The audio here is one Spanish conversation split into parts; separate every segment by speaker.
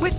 Speaker 1: With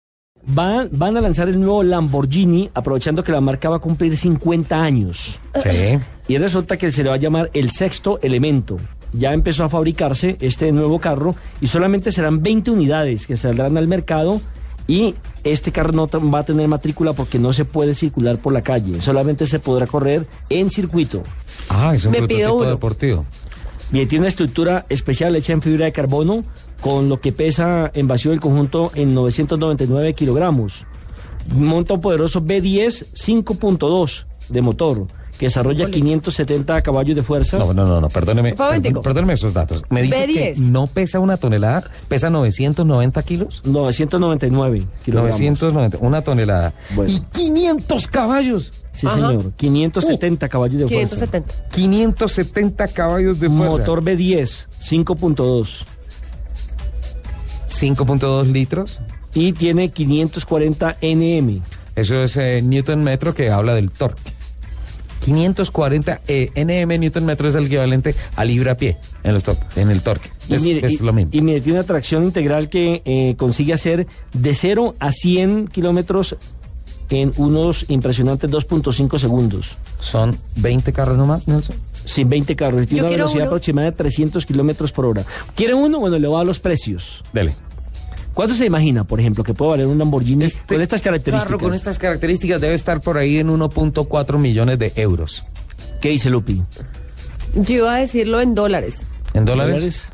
Speaker 2: Van, van a lanzar el nuevo Lamborghini aprovechando que la marca va a cumplir 50 años.
Speaker 3: Sí.
Speaker 2: Y resulta que se le va a llamar el sexto elemento. Ya empezó a fabricarse este nuevo carro y solamente serán 20 unidades que saldrán al mercado y este carro no tan- va a tener matrícula porque no se puede circular por la calle, solamente se podrá correr en circuito.
Speaker 3: Ah, es un
Speaker 4: Me pido
Speaker 3: prototipo
Speaker 4: uno.
Speaker 3: deportivo.
Speaker 2: Bien, tiene una estructura especial hecha en fibra de carbono, con lo que pesa en vacío del conjunto en 999 kilogramos. Monta un poderoso B10 5.2 de motor, que desarrolla 570 caballos de fuerza.
Speaker 3: No, no, no, no, perdóneme.
Speaker 4: Por favor,
Speaker 3: perdón-
Speaker 4: Tico.
Speaker 3: Perdóneme esos datos. Me dice que
Speaker 4: B10.
Speaker 3: no pesa una tonelada, pesa 990 kilos.
Speaker 2: 999 kilogramos.
Speaker 3: 990, una tonelada.
Speaker 2: Bueno.
Speaker 3: Y 500 caballos.
Speaker 2: Sí, señor.
Speaker 3: Uh,
Speaker 2: 570 caballos de fuerza.
Speaker 4: 570.
Speaker 3: 570 caballos de fuerza.
Speaker 2: Motor B10 5.2
Speaker 3: 5.2 litros.
Speaker 2: y tiene 540 Nm.
Speaker 3: Eso es eh, Newton metro que habla del torque. 540 eh, NM Newton metro es el equivalente a libra pie en, los tor- en el torque.
Speaker 2: Y
Speaker 3: Es,
Speaker 2: mire,
Speaker 3: es
Speaker 2: y-
Speaker 3: lo mismo.
Speaker 2: y mire, tiene una tracción integral que eh, consigue hacer de 0 a 100 kilómetros en unos impresionantes 2.5 segundos,
Speaker 3: Son 20 carros nomás, Nelson.
Speaker 2: sin 20 carros. Y Tiene
Speaker 4: Yo
Speaker 2: una
Speaker 4: quiero
Speaker 2: velocidad
Speaker 4: uno.
Speaker 2: aproximada de 300 kilómetros por hora. ¿Quiere uno? Bueno, le voy a dar los precios.
Speaker 3: Dele.
Speaker 2: ¿Cuánto se imagina, por ejemplo, que puede valer un Lamborghini
Speaker 3: Este
Speaker 2: con estas
Speaker 3: carro
Speaker 2: características?
Speaker 3: con estas características debe estar por ahí en 1.4 millones de euros.
Speaker 2: ¿Qué dice Lupi?
Speaker 4: Yo iba a decirlo en dólares.
Speaker 3: ¿En dólares?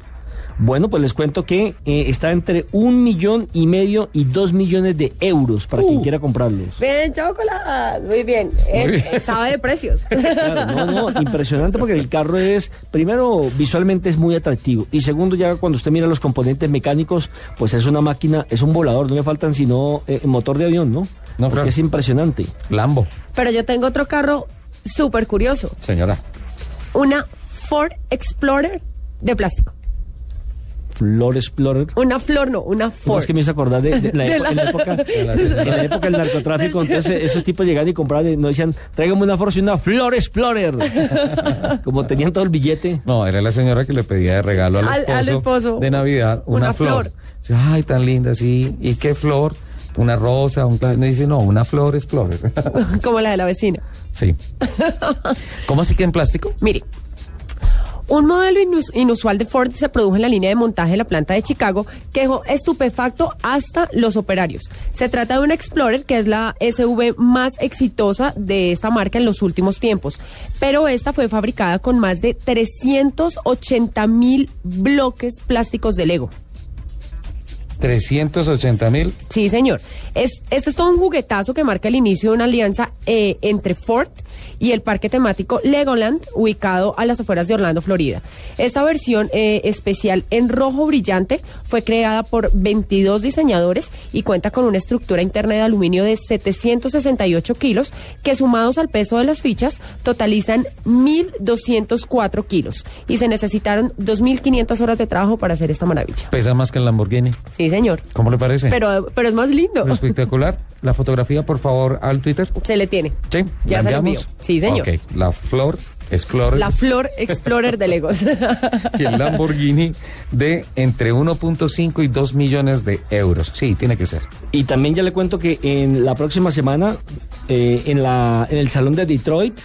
Speaker 2: Bueno, pues les cuento que eh, está entre un millón y medio y dos millones de euros para quien quiera comprarlos.
Speaker 4: Bien, chocolate. Muy bien. Es- sabe de precios.
Speaker 2: Claro, no, no, impresionante porque el carro es, primero, visualmente es muy atractivo y segundo, ya cuando usted mira los componentes mecánicos, pues es una máquina, es un volador, no le faltan sino eh, motor de avión, ¿no?
Speaker 3: No,
Speaker 2: Porque
Speaker 3: claro.
Speaker 2: es impresionante.
Speaker 3: Lambo,
Speaker 4: Pero yo tengo otro carro súper curioso.
Speaker 3: señora.
Speaker 4: Una Ford Explorer de plástico.
Speaker 2: Flor Explorer.
Speaker 4: Una flor, no, una
Speaker 2: No,
Speaker 4: Ford.
Speaker 2: Es que me hizo acordar de, de la,
Speaker 4: De
Speaker 2: epo-
Speaker 4: la-
Speaker 2: en la época, en la época del narcotráfico. Entonces, esos tipos llegaban y compraban, y no decían, tráigame una Ford, sino una Flor Explorer. Como tenían todo el billete.
Speaker 3: No, era la señora que le pedía de regalo al
Speaker 4: Al-
Speaker 3: esposo,
Speaker 4: al esposo
Speaker 3: de Navidad una,
Speaker 4: una
Speaker 3: flor.
Speaker 4: flor.
Speaker 3: Dice, Ay, tan linda, sí. ¿Y qué flor? Una rosa, un clave. Dice, no, una flor explorer.
Speaker 4: Como la de la vecina.
Speaker 3: sí. ¿Cómo así que en plástico?
Speaker 4: Mire, un modelo inus- inusual de Ford se produjo en la línea de montaje de la planta de Chicago que dejó estupefacto hasta los operarios. Se trata de una Explorer que es la SUV más exitosa de esta marca en los últimos tiempos, pero esta fue fabricada con más de 380 mil bloques plásticos de Lego.
Speaker 3: 380 mil.
Speaker 4: Sí, señor. Es, este es todo un juguetazo que marca el inicio de una alianza eh, entre Ford y el parque temático Legoland, ubicado a las afueras de Orlando, Florida. Esta versión eh, especial en rojo brillante fue creada por 22 diseñadores y cuenta con una estructura interna de aluminio de 768 kilos, que sumados al peso de las fichas totalizan 1.204 kilos. Y se necesitaron 2.500 horas de trabajo para hacer esta maravilla.
Speaker 3: Pesa más que el Lamborghini.
Speaker 4: Sí, señor.
Speaker 3: ¿Cómo le parece?
Speaker 4: Pero, pero es más lindo.
Speaker 3: Pues, Espectacular. La fotografía, por favor, al Twitter.
Speaker 4: Se le tiene.
Speaker 3: Sí,
Speaker 4: Ya
Speaker 3: ¿la
Speaker 4: se lo
Speaker 3: enviamos?
Speaker 4: envío. Sí, señor.
Speaker 3: Ok, la flor explorer.
Speaker 4: La Flor Explorer de Legos.
Speaker 3: y el Lamborghini de entre 1.5 y 2 millones de euros. Sí, tiene que ser.
Speaker 2: Y también ya le cuento que en la próxima semana, eh, en, la, en el salón de Detroit,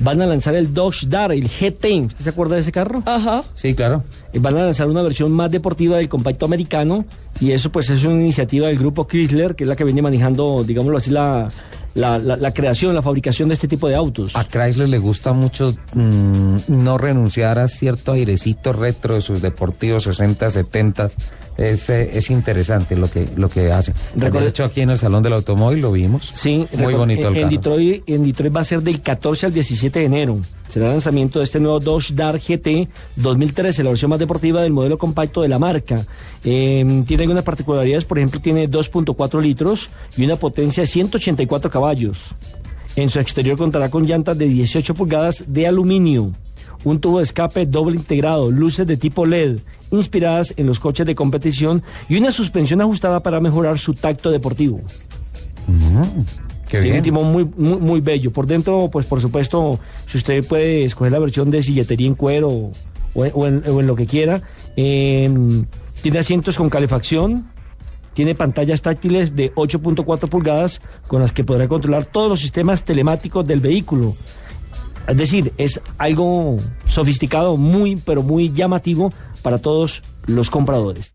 Speaker 2: van a lanzar el Dodge Dart, el GT. ¿Usted se acuerda de ese carro?
Speaker 4: Ajá.
Speaker 3: Sí, claro.
Speaker 2: Eh, Van a lanzar una versión más deportiva del compacto americano. Y eso pues es una iniciativa del grupo Chrysler, que es la que viene manejando, digámoslo así, la, la, la- la creación, la fabricación de este tipo de autos.
Speaker 3: A Chrysler le gusta mucho mm, no renunciar a cierto airecito retro de sus deportivos 60, 70, es, eh, es interesante lo que, lo que hacen.
Speaker 2: Recuerde-
Speaker 3: De hecho, aquí en el Salón del Automóvil lo vimos.
Speaker 2: Sí,
Speaker 3: muy
Speaker 2: recuer-
Speaker 3: bonito el
Speaker 2: en, en
Speaker 3: carro.
Speaker 2: Detroit, en Detroit va a ser del 14 al 17 de enero. Será el lanzamiento de este nuevo Dodge Dart GT 2013, la versión más deportiva del modelo compacto de la marca. Eh, tiene algunas particularidades, por ejemplo, tiene 2.4 litros y una potencia de 184 caballos. En su exterior contará con llantas de 18 pulgadas de aluminio, un tubo de escape doble integrado, luces de tipo LED inspiradas en los coches de competición y una suspensión ajustada para mejorar su tacto deportivo.
Speaker 3: Qué
Speaker 2: Tiene
Speaker 3: bien.
Speaker 2: un timón muy, muy, muy bello. Por dentro, pues por supuesto, si usted puede escoger la versión de silletería en cuero o, o en, o en lo que quiera. Eh, tiene asientos con calefacción. Tiene pantallas táctiles de 8.4 pulgadas con las que podrá controlar todos los sistemas telemáticos del vehículo. Es decir, es algo sofisticado, muy, pero muy llamativo para todos los compradores.